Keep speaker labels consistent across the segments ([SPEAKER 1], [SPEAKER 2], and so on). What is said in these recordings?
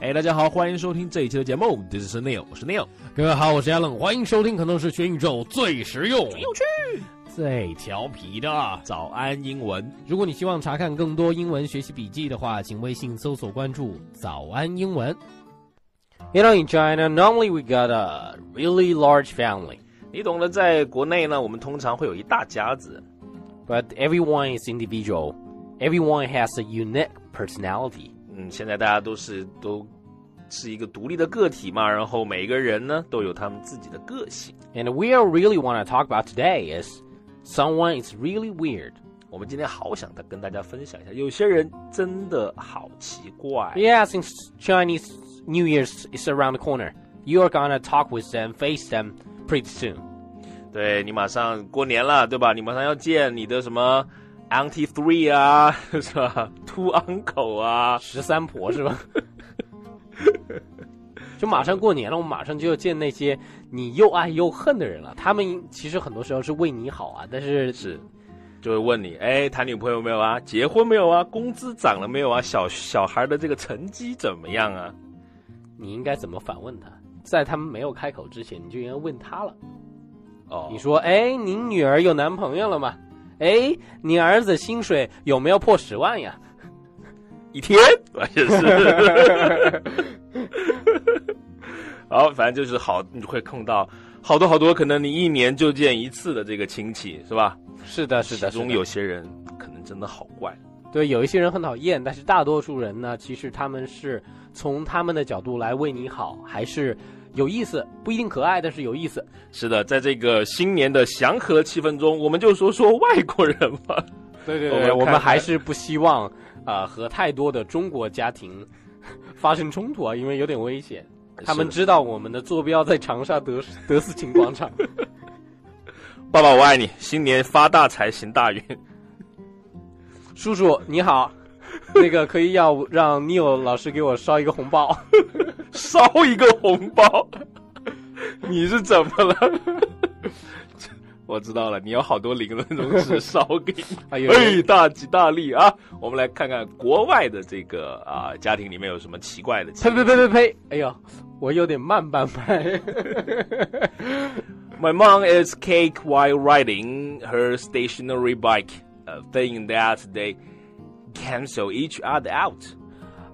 [SPEAKER 1] 哎，大家好，欢迎收听这一期的节目，这是 Neil，我是 Neil。
[SPEAKER 2] 各位好，我是 a l 欢迎收听，可能是全宇宙最实用、
[SPEAKER 1] 有趣，
[SPEAKER 2] 最调皮的。
[SPEAKER 1] 早安英文，
[SPEAKER 2] 如果你希望查看更多英文学习笔记的话，请微信搜索关注“早安英文”。You know, in China, normally we got a really large family,
[SPEAKER 1] 你懂得，在国内呢，我们通常会有一大家子，
[SPEAKER 2] but everyone is individual. Everyone has a unique personality.
[SPEAKER 1] 嗯，现在大家都是都是一个独立的个体嘛，然后每个人呢都有他们自己的个性。
[SPEAKER 2] And we are really want to talk about today is someone is really weird.
[SPEAKER 1] 我们今天好想的跟大家分享一下，有些人真的好奇怪。
[SPEAKER 2] Yeah, since Chinese New Year's is around the corner, you are gonna talk with them, face them pretty soon.
[SPEAKER 1] 对你马上过年了，对吧？你马上要见你的什么 auntie three 啊， 是吧？two uncle 啊，
[SPEAKER 2] 十三婆是吧？ 就马上过年了，我们马上就要见那些你又爱又恨的人了。他们其实很多时候是为你好啊，但是
[SPEAKER 1] 是，就会问你，哎，谈女朋友没有啊？结婚没有啊？工资涨了没有啊？小小孩的这个成绩怎么样啊？
[SPEAKER 2] 你应该怎么反问他？在他们没有开口之前，你就应该问他了。
[SPEAKER 1] 哦，
[SPEAKER 2] 你说：“哎，您女儿有男朋友了吗？哎，你儿子薪水有没有破十万呀？”
[SPEAKER 1] 一天，也 是。好，反正就是好，你会碰到好多好多，可能你一年就见一次的这个亲戚，是吧？
[SPEAKER 2] 是的，是的，
[SPEAKER 1] 其中
[SPEAKER 2] 是的
[SPEAKER 1] 有些人可能真的好怪。
[SPEAKER 2] 对，有一些人很讨厌，但是大多数人呢，其实他们是从他们的角度来为你好，还是有意思，不一定可爱，但是有意思。
[SPEAKER 1] 是的，在这个新年的祥和气氛中，我们就说说外国人吧。
[SPEAKER 2] 对
[SPEAKER 1] 对
[SPEAKER 2] 对
[SPEAKER 1] 对
[SPEAKER 2] 我
[SPEAKER 1] 我
[SPEAKER 2] 们
[SPEAKER 1] 看
[SPEAKER 2] 还是不希望啊、呃和太多的中国家庭 发生冲突啊，因为有点危险。他们
[SPEAKER 1] 是
[SPEAKER 2] 知道我们的坐标在长沙德德斯琴广场。
[SPEAKER 1] 爸爸我爱你，新年发大财，行大运。
[SPEAKER 2] 叔叔你好，那个可以要让 Neil 老师给我烧一个红包。
[SPEAKER 1] 烧一个红包， 你是怎么了？ 我知道了，你有好多零的东西烧给你。
[SPEAKER 2] 哎呦，
[SPEAKER 1] 哎，大吉大利啊！我们来看看国外的这个啊家庭里面有什么奇怪的
[SPEAKER 2] 呸
[SPEAKER 1] 情
[SPEAKER 2] 呸呸呸呸！哎呦，我有点慢半拍。
[SPEAKER 1] My mom is cake while riding her stationary bike, a thing that they cancel each other out.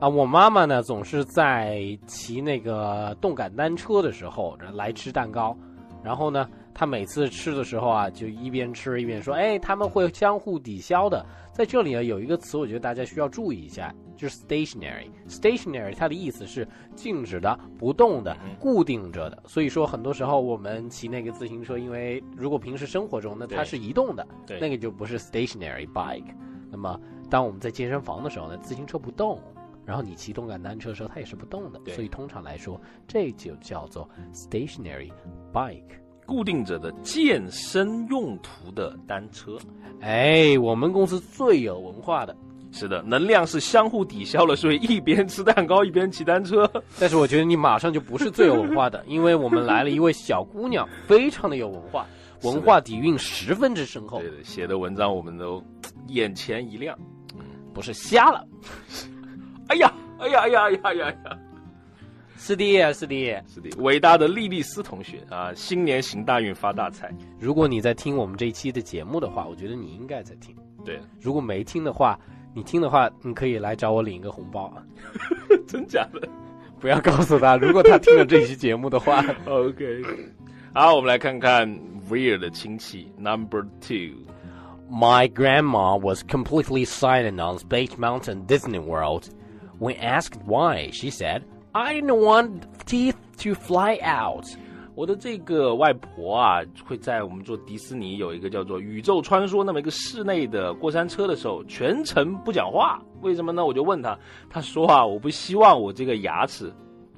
[SPEAKER 2] 啊，我妈妈呢总是在骑那个动感单车的时候来吃蛋糕，然后呢，她每次吃的时候啊，就一边吃一边说：“哎，他们会相互抵消的。”在这里啊，有一个词，我觉得大家需要注意一下，就是 stationary。stationary 它的意思是静止的、不动的
[SPEAKER 1] 嗯、
[SPEAKER 2] 固定着的。所以说，很多时候我们骑那个自行车，因为如果平时生活中呢，
[SPEAKER 1] 对
[SPEAKER 2] 它是移动的，
[SPEAKER 1] 对
[SPEAKER 2] 那个就不是 stationary bike。那么，当我们在健身房的时候呢，自行车不动，然后你骑动感单车的时候，它也是不动的，
[SPEAKER 1] 对
[SPEAKER 2] 所以通常来说，这就叫做 stationary bike。
[SPEAKER 1] 固定着的健身用途的单车。
[SPEAKER 2] 哎，我们公司最有文化的，
[SPEAKER 1] 是的，能量是相互抵消了，所以一边吃蛋糕一边骑单车。
[SPEAKER 2] 但是我觉得你马上就不是最有文 化的，因为我们来了一位小姑娘，非常的有文化，
[SPEAKER 1] 是的
[SPEAKER 2] 文化底蕴十分之深厚
[SPEAKER 1] 对，的，写的文章我们都眼前一亮。
[SPEAKER 2] 不是瞎了。
[SPEAKER 1] 哎呀，哎呀，哎呀，哎呀，哎呀！哎呀
[SPEAKER 2] 是的，是的。
[SPEAKER 1] 是的，伟大的莉莉丝同学啊，新年行大运，发大财。
[SPEAKER 2] 如果你在听我们这一期的节目的话，我觉得你应该在听。
[SPEAKER 1] 对，
[SPEAKER 2] 如果没听的话，你听的话，你可以来找我领一个红包啊。
[SPEAKER 1] 真假的
[SPEAKER 2] 不要告诉他，如果他听了这期节目的话，
[SPEAKER 1] ？OK，好，我们来看看 Weir 的亲戚 Number Two。
[SPEAKER 2] My grandma was completely silent on Space Mountain Disney World. When asked why, she said, I didn't want teeth to fly out.
[SPEAKER 1] 我的这个外婆啊，会在我们做迪士尼有一个叫做“宇宙穿梭”那么一个室内的过山车的时候，全程不讲话。为什么呢？我就问她，她说啊，我不希望我这个牙齿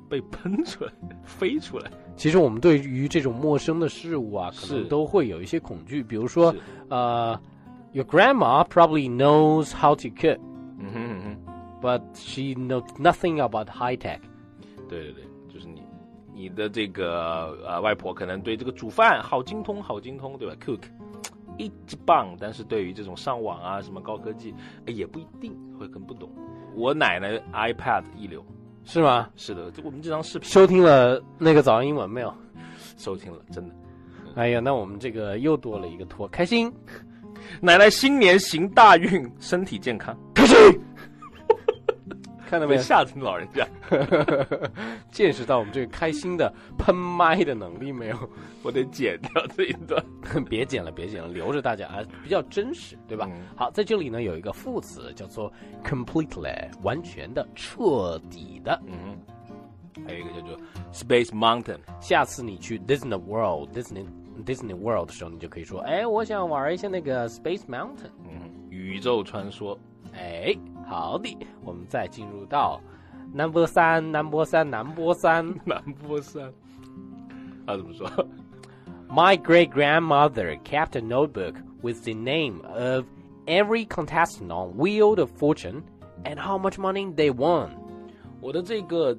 [SPEAKER 1] 被喷出来、 飞出来。
[SPEAKER 2] 其实我们对于这种陌生的事物啊，可
[SPEAKER 1] 是
[SPEAKER 2] 能都会有一些恐惧。比如说
[SPEAKER 1] 是，
[SPEAKER 2] 呃，Your grandma probably knows how to cook,
[SPEAKER 1] 嗯哼嗯
[SPEAKER 2] but she knows nothing about high tech.
[SPEAKER 1] 哼，对对对，就是你，你的这个呃外婆可能对这个煮饭好精通，好精通，对吧？Cook 一级棒，但是对于这种上网啊什么高科技，哎也不一定会很不懂。我奶奶 iPad 一流。
[SPEAKER 2] 是吗？
[SPEAKER 1] 是的，就我们这张视频
[SPEAKER 2] 收听了那个早安英文没有？
[SPEAKER 1] 收听了，真的。
[SPEAKER 2] 哎呀，那我们这个又多了一个托，开心，
[SPEAKER 1] 奶奶新年行大运，身体健康，
[SPEAKER 2] 开心。看到没
[SPEAKER 1] 别
[SPEAKER 2] 有？
[SPEAKER 1] 吓着老人家。
[SPEAKER 2] 见识到我们这个开心的喷麦的能力没有？
[SPEAKER 1] 我得剪掉这一段，
[SPEAKER 2] 别剪了，别剪了，留着大家啊，比较真实，
[SPEAKER 1] 对
[SPEAKER 2] 对吧？？好，在这里呢有一个副词叫做 completely，完全的、彻底的。
[SPEAKER 1] 嗯，还有一个叫做 Space Mountain，
[SPEAKER 2] 下次你去 Disney World、Disney Disney World 的时候，你就可以说，哎，我想玩一下那个 Space Mountain。
[SPEAKER 1] 嗯，宇宙传说，
[SPEAKER 2] 哎，好的，我们再进入到 number 三，number 三，number 三。
[SPEAKER 1] 南波山。他怎么说？
[SPEAKER 2] My great grandmother kept a notebook with the name of every contestant on Wheel of Fortune and how much money they won.
[SPEAKER 1] 我的这个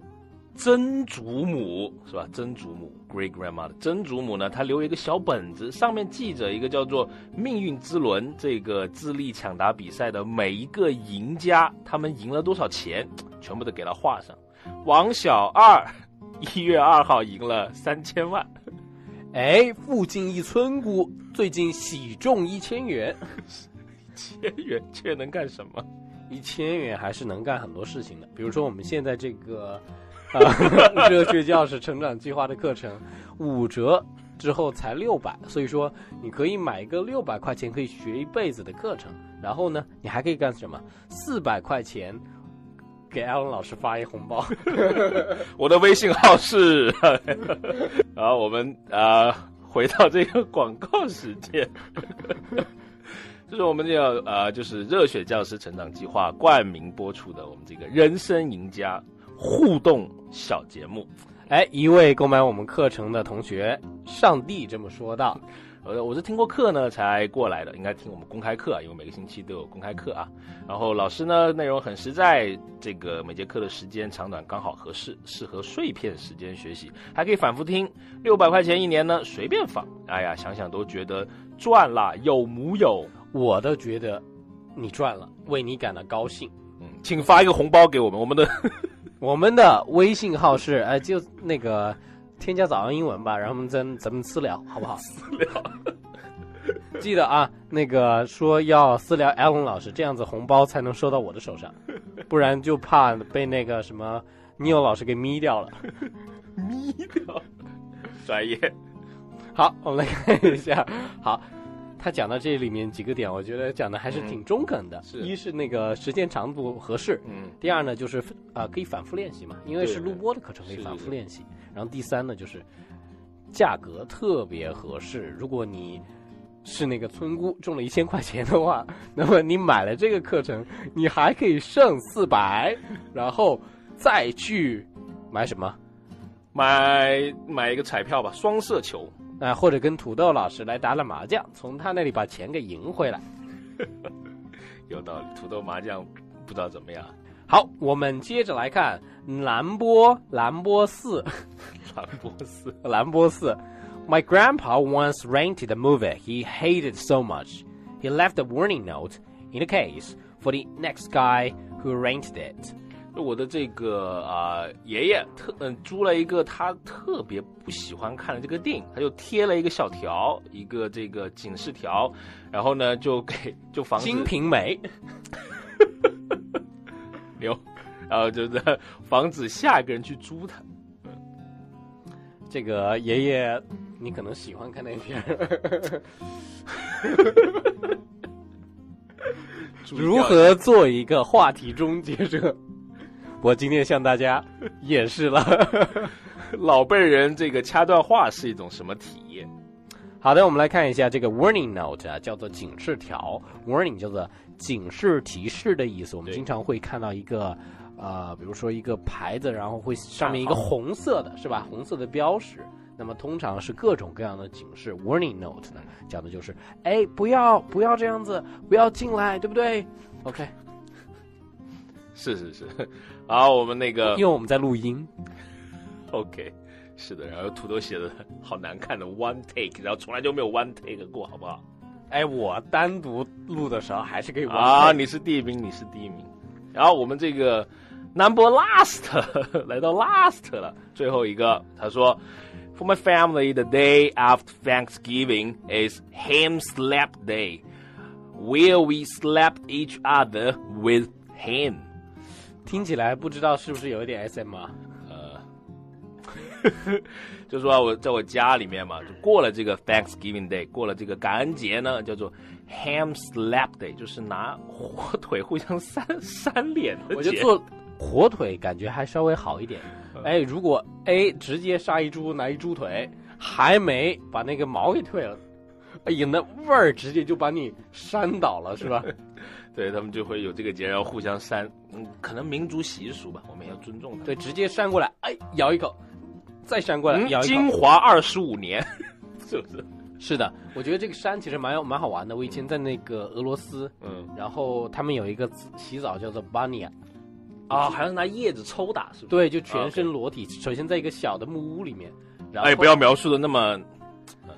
[SPEAKER 1] 曾祖母是吧？曾祖母 great grandmother，曾祖母呢，她留一个小本子，上面记着一个叫做“命运之轮”这个智力抢答比赛的每一个赢家，他们赢了多少钱，全部都给他画上。王小二一月二号赢了三千万，
[SPEAKER 2] 哎，附近一村姑最近喜中一千元，
[SPEAKER 1] 千元却能干什么？
[SPEAKER 2] 一千元还是能干很多事情的。比如说我们现在这个， 呃，热血教室成长计划的课程，五折之后才六百，所以说你可以买一个六百块钱可以学一辈子的课程。然后呢，你还可以干什么？四百块钱给艾伦老师发一红包。
[SPEAKER 1] 我的微信号是，然后我们啊、呃回到这个广告时间，就是我们这个呃，就是热血教师成长计划冠名播出的我们这个人生赢家互动小节目。
[SPEAKER 2] 哎，一位购买我们课程的同学，上帝这么说道。
[SPEAKER 1] 呃，我是听过课呢才过来的，应该听我们公开课啊，因为每个星期都有公开课啊。然后老师呢内容很实在，这个每节课的时间长短刚好合适，适合碎片时间学习，还可以反复听。六百块钱一年呢，随便放。哎呀，想想都觉得赚啦，有木有？
[SPEAKER 2] 我都觉得你赚了，为你感到高兴。
[SPEAKER 1] 嗯，请发一个红包给我们，我们的
[SPEAKER 2] 我们的微信号是呃，就那个添加早安英文吧，然后我们咱咱们私聊，好不好？ 私聊，记得啊，那个说要私聊 Alan 老师，这样子红包才能收到我的手 上，不然就怕被那个什么 Neil 老师给眯掉了。
[SPEAKER 1] 专业。
[SPEAKER 2] 好，我们来看一下。好，他讲到这里面几个点，我觉得讲的还是挺中肯的。
[SPEAKER 1] 是
[SPEAKER 2] 一嗯是那个时间长度合适，
[SPEAKER 1] 嗯，
[SPEAKER 2] 第二呢，就是呃可以反复练习嘛，因为
[SPEAKER 1] 对
[SPEAKER 2] 是录播的课程，可以
[SPEAKER 1] 是
[SPEAKER 2] 反复练习。然后第三呢，就是价格特别合适。如果你是那个村姑中了一千块钱的话， 那么你买了这个课程，你还可以剩四百，然后再去买什么？
[SPEAKER 1] 买买一个彩票吧，双色球。
[SPEAKER 2] 啊、或者跟土豆老师来打打麻将，从他那里把钱给赢回来。
[SPEAKER 1] 有道理，土豆麻将不知道怎么样，
[SPEAKER 2] 好，我们接着来看蓝波蓝波四。
[SPEAKER 1] 兰博斯。
[SPEAKER 2] My grandpa once rented a movie he hated so much. He left a warning note in the case for the next guy who rented it.
[SPEAKER 1] 我的这个啊、爷爷特嗯租了一个他特别不喜欢看的这个电影，他就贴了一个小条，一个这个警示条，然后呢就给就防
[SPEAKER 2] 《
[SPEAKER 1] 止
[SPEAKER 2] 金瓶梅》
[SPEAKER 1] 牛，然后就是防止下一个人去租它。
[SPEAKER 2] 这个爷爷，你可能喜欢看那片儿。
[SPEAKER 1] 租
[SPEAKER 2] 如
[SPEAKER 1] 掉
[SPEAKER 2] 何做一个话题终结者？我今天向大家演示了。
[SPEAKER 1] 老辈人这个掐断话是一种什么体验？
[SPEAKER 2] 好的，我们来看一下这个 warning note 啊，叫做警示条。warning 叫做警示、提示的意思。我们
[SPEAKER 1] 对
[SPEAKER 2] 经常会看到一个，呃，比如说一个牌子，然后会上面一个
[SPEAKER 1] 暗号
[SPEAKER 2] 红色的，是吧？红色的标识。那么通常是各种各样的警示。warning note 呢，讲的就是，哎，不要不要这样子，不要进来，对不对？OK，
[SPEAKER 1] 是是是，好，我们那个
[SPEAKER 2] 因为我们在录音。
[SPEAKER 1] OK，是的，然后土豆写的好难看的 one take，然后从来就没有 one take 过，好不好？
[SPEAKER 2] 哎，我单独录的时候还是可以玩
[SPEAKER 1] 啊，
[SPEAKER 2] 的。
[SPEAKER 1] 你是第一名，你是第一名。然后我们这个 Number last，来到 last 了，最后一个，他说，For my family, the day after Thanksgiving is ham slap day, where we slap each other with ham。
[SPEAKER 2] 听起来不知道是不是有一点 SM 啊？
[SPEAKER 1] 就说、啊、我在我家里面嘛，就过了这个 Thanksgiving Day，过了这个感恩节呢，叫做 Ham Slap Day，就是拿火腿互相扇扇脸的节。
[SPEAKER 2] 我觉得做火腿感觉还稍微好一点。
[SPEAKER 1] 嗯
[SPEAKER 2] 哎，如果 A 直接杀一猪拿一猪腿，还没把那个毛给退了，哎呀，那味儿直接就把你扇倒 了，是吧？
[SPEAKER 1] 对他们就会有这个节，然后互相扇，嗯，可能民族习俗吧，我们也要尊重它。
[SPEAKER 2] 对，直接扇过来，哎，咬一口。再扇过来，
[SPEAKER 1] 嗯
[SPEAKER 2] 咬一口
[SPEAKER 1] 金华二十五年， 是不是？
[SPEAKER 2] 是的，我觉得这个山其实蛮有蛮好玩的。我以前在那个俄罗斯，
[SPEAKER 1] 嗯
[SPEAKER 2] 然后他们有一个洗澡叫做 banya，
[SPEAKER 1] 啊，还要拿叶子抽打，是不是？
[SPEAKER 2] 对，就全身裸体。首先在一个小的木屋里面，然后
[SPEAKER 1] 哎，不要描述的那么，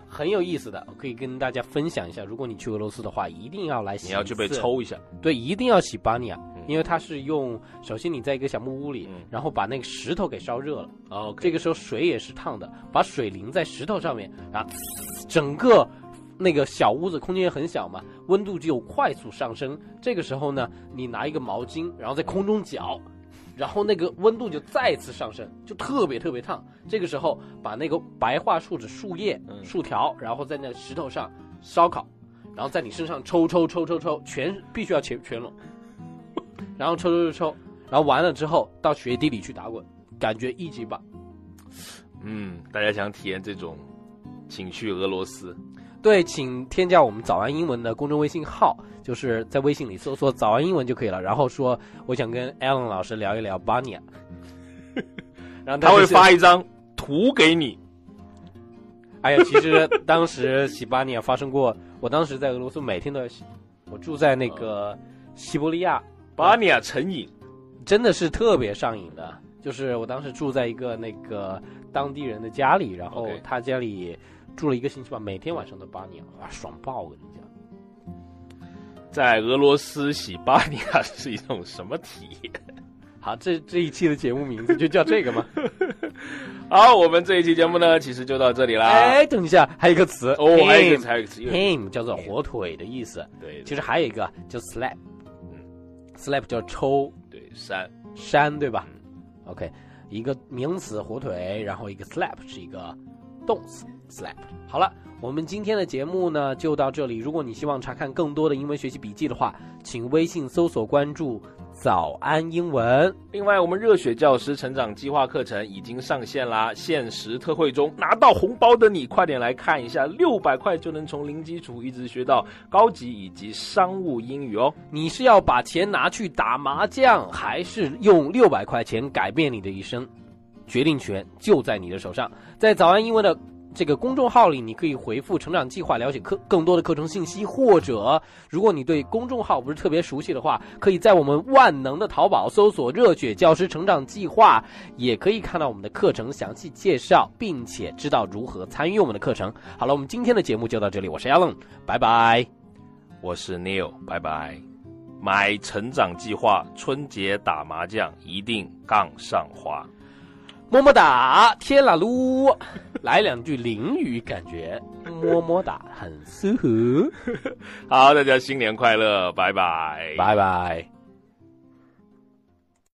[SPEAKER 2] 很有意思的，我可以跟大家分享一下。如果你去俄罗斯的话，一定要来洗。
[SPEAKER 1] 你要去被，抽一下。
[SPEAKER 2] 对，一定要洗 banya，
[SPEAKER 1] 嗯
[SPEAKER 2] 因为它是用首先你在一个小木屋里
[SPEAKER 1] 嗯，
[SPEAKER 2] 然后把那个石头给烧热了。
[SPEAKER 1] 哦，
[SPEAKER 2] 这个时候水也是烫的，把水淋在石头上面，然后呲整个那个小屋子空间也很小嘛，温度就快速上升。这个时候呢，你拿一个毛巾，然后在空中搅，然后那个温度就再次上升，就特别特别烫。这个时候把那个白桦树的树叶、
[SPEAKER 1] 嗯
[SPEAKER 2] 树条，然后在那石头上烧烤，然后在你身上抽抽抽抽抽，全必须要全全拢， 然后抽抽抽抽，然后完了之后到雪地里去打滚，感觉一级棒。
[SPEAKER 1] 嗯，大家想体验这种，请去俄罗斯。
[SPEAKER 2] 对，请添加我们“早安英文”的公众微信号，就是在微信里搜索“早安英文”就可以了。然后说我想跟 Alan 老师聊一聊 Banya，然后
[SPEAKER 1] 他会
[SPEAKER 2] 就是
[SPEAKER 1] 发。一张图给你，
[SPEAKER 2] 哎呀，其实当时洗 Banya 发生过，我当时在俄罗斯每天都要洗，我住在那个西伯利亚，
[SPEAKER 1] 巴尼亚成瘾，
[SPEAKER 2] 真的是特别上瘾的。就是我当时住在一个那个当地人的家里，然后
[SPEAKER 1] OK
[SPEAKER 2] 他家里住了一个星期吧，每天晚上都 Banya，哇，爽爆！我跟你讲。
[SPEAKER 1] 在俄罗斯洗巴尼亚是一种什么体 验？
[SPEAKER 2] 好，这这一期的节目名字就叫这个吗？
[SPEAKER 1] 好，我们这一期节目呢，其实就到这里啦。
[SPEAKER 2] 哎，等一下，还有一个词
[SPEAKER 1] 啊哦，还有一个，还有一个嗯词，
[SPEAKER 2] ham 叫做火腿的意思。
[SPEAKER 1] 对
[SPEAKER 2] 其实还有一个叫 slap，slap
[SPEAKER 1] 嗯
[SPEAKER 2] 叫抽
[SPEAKER 1] 对三，
[SPEAKER 2] 扇，对吧？OK，一个名词火腿，然后一个 slap 是一个动词 slap。好了，我们今天的节目呢就到这里。如果你希望查看更多的英文学习笔记的话，请微信搜索关注“早安英文
[SPEAKER 1] 另外，我们热血教师成长计划课程已经上线啦！限时特惠中，拿到红包的你，快点来看一下，六百块就能从零基础一直学到高级以及商务英语哦。”。
[SPEAKER 2] 你是要把钱拿去打麻将，还是用六百块钱改变你的一生？决定权就在你的手上。在早安英文的这个公众号里，你可以回复“成长计划”了解课更多的课程信息，或者如果你对公众号不是特别熟悉的话，可以在我们万能的淘宝搜索“热血教师成长计划”，也可以看到我们的课程详细介绍，并且知道如何参与我们的课程。好了，我们今天的节目就到这里，我是 Alan，拜拜。
[SPEAKER 1] 我是 Neil，拜拜。买成长计划，春节打麻将一定杠上花。
[SPEAKER 2] 么么哒，天啦噜，来两句淋雨，感觉么么哒很舒服，
[SPEAKER 1] 好，大家新年快乐，拜拜，
[SPEAKER 2] 拜拜。